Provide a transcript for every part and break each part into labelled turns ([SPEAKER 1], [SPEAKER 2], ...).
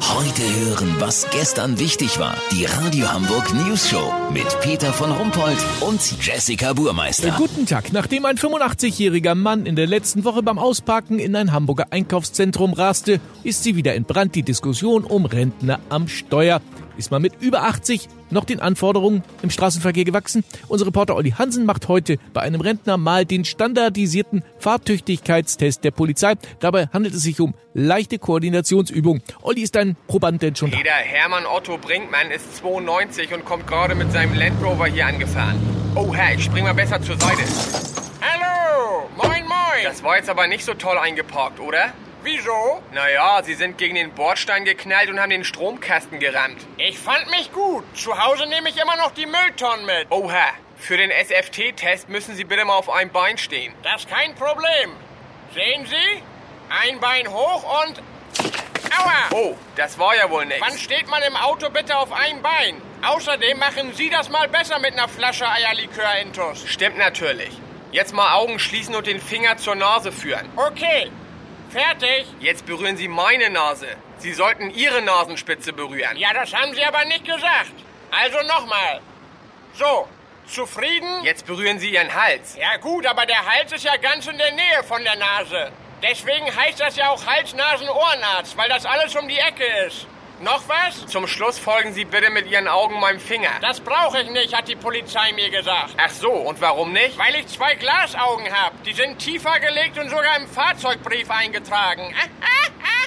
[SPEAKER 1] Heute hören, was gestern wichtig war. Die Radio Hamburg News Show mit Peter von Rumpold und Jessica Burmeister.
[SPEAKER 2] Äh, Guten Tag. Nachdem ein 85-jähriger Mann in der letzten Woche beim Ausparken in ein Hamburger Einkaufszentrum raste, ist sie wieder entbrannt. Die Diskussion um Rentner am Steuer. Ist man mit über 80 noch den Anforderungen im Straßenverkehr gewachsen? Unser Reporter Olli Hansen macht heute bei einem Rentner mal den standardisierten Fahrtüchtigkeitstest der Polizei. Dabei handelt es sich um leichte Koordinationsübung. Olli ist ein Proband denn schon da.
[SPEAKER 3] Jeder Hermann Otto Brinkmann ist 92 und kommt gerade mit seinem Land Rover hier angefahren. Oh Herr, ich spring mal besser zur Seite. Hallo, moin moin. Das war jetzt aber nicht so toll eingeparkt, oder? Wieso? Naja, sie sind gegen den Bordstein geknallt und haben den Stromkasten gerammt. Ich fand mich gut. Zu Hause nehme ich immer noch die Mülltonnen mit. Oha, Oh, für den SFT-Test müssen Sie bitte mal auf einem Bein stehen. Das ist kein Problem. Sehen Sie? Ein Bein hoch und Aua! Oh, das war ja wohl nichts. Wann steht man im Auto bitte auf einem Bein? Außerdem machen Sie das mal besser mit einer Flasche Eierlikör intus. Stimmt natürlich. Jetzt mal Augen schließen und den Finger zur Nase führen. Okay, fertig. Jetzt berühren Sie meine Nase. Sie sollten Ihre Nasenspitze berühren. Ja, das haben Sie aber nicht gesagt. Also nochmal. So, zufrieden? Jetzt berühren Sie Ihren Hals. Ja gut, aber der Hals ist ja ganz in der Nähe von der Nase. Deswegen heißt das ja auch Hals-Nasen-Ohrenarzt, weil das alles um die Ecke ist. Noch was? Zum Schluss folgen Sie bitte mit Ihren Augen meinem Finger. Das brauche ich nicht, hat die Polizei mir gesagt. Ach so, und warum nicht? Weil ich zwei Glasaugen habe. Die sind tiefer gelegt und sogar im Fahrzeugbrief eingetragen.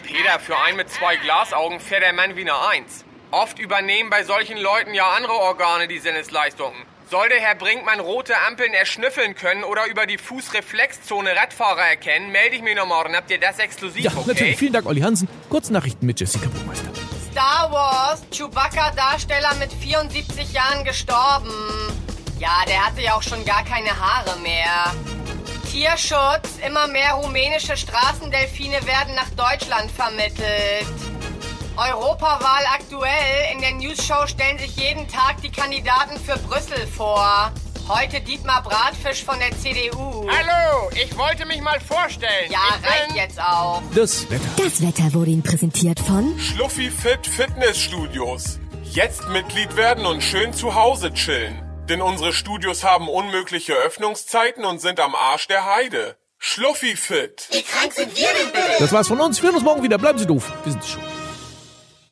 [SPEAKER 3] Peter, für einen mit zwei Glasaugen fährt der Mann wie eine Eins. Oft übernehmen bei solchen Leuten ja andere Organe die Sinnesleistungen. Sollte Herr Brinkmann rote Ampeln erschnüffeln können oder über die Fußreflexzone Radfahrer erkennen, melde ich mich noch morgen. Habt ihr das exklusiv,
[SPEAKER 2] Ja,
[SPEAKER 3] okay?
[SPEAKER 2] natürlich. Vielen Dank, Olli Hansen. Kurz Nachrichten mit Jessica Burmeister.
[SPEAKER 4] Star Wars, Chewbacca-Darsteller mit 74 Jahren gestorben. Ja, der hatte ja auch schon gar keine Haare mehr. Tierschutz, immer mehr rumänische Straßendelfine werden nach Deutschland vermittelt. Europawahl aktuell, in der News-Show stellen sich jeden Tag die Kandidaten für Brüssel vor. Heute Dietmar Bratfisch von der CDU.
[SPEAKER 3] Hallo, ich wollte mich mal vorstellen.
[SPEAKER 4] Ja,
[SPEAKER 3] ich
[SPEAKER 4] reicht
[SPEAKER 3] bin
[SPEAKER 4] jetzt auch.
[SPEAKER 2] Das Wetter.
[SPEAKER 5] Das Wetter wurde Ihnen präsentiert von
[SPEAKER 6] Schluffy Fit Fitnessstudios. Jetzt Mitglied werden und schön zu Hause chillen. Denn unsere Studios haben unmögliche Öffnungszeiten und sind am Arsch der Heide. Schluffy Fit.
[SPEAKER 2] Das war's von uns. Wir hören uns morgen wieder. Bleiben Sie doof. Wir sind schon.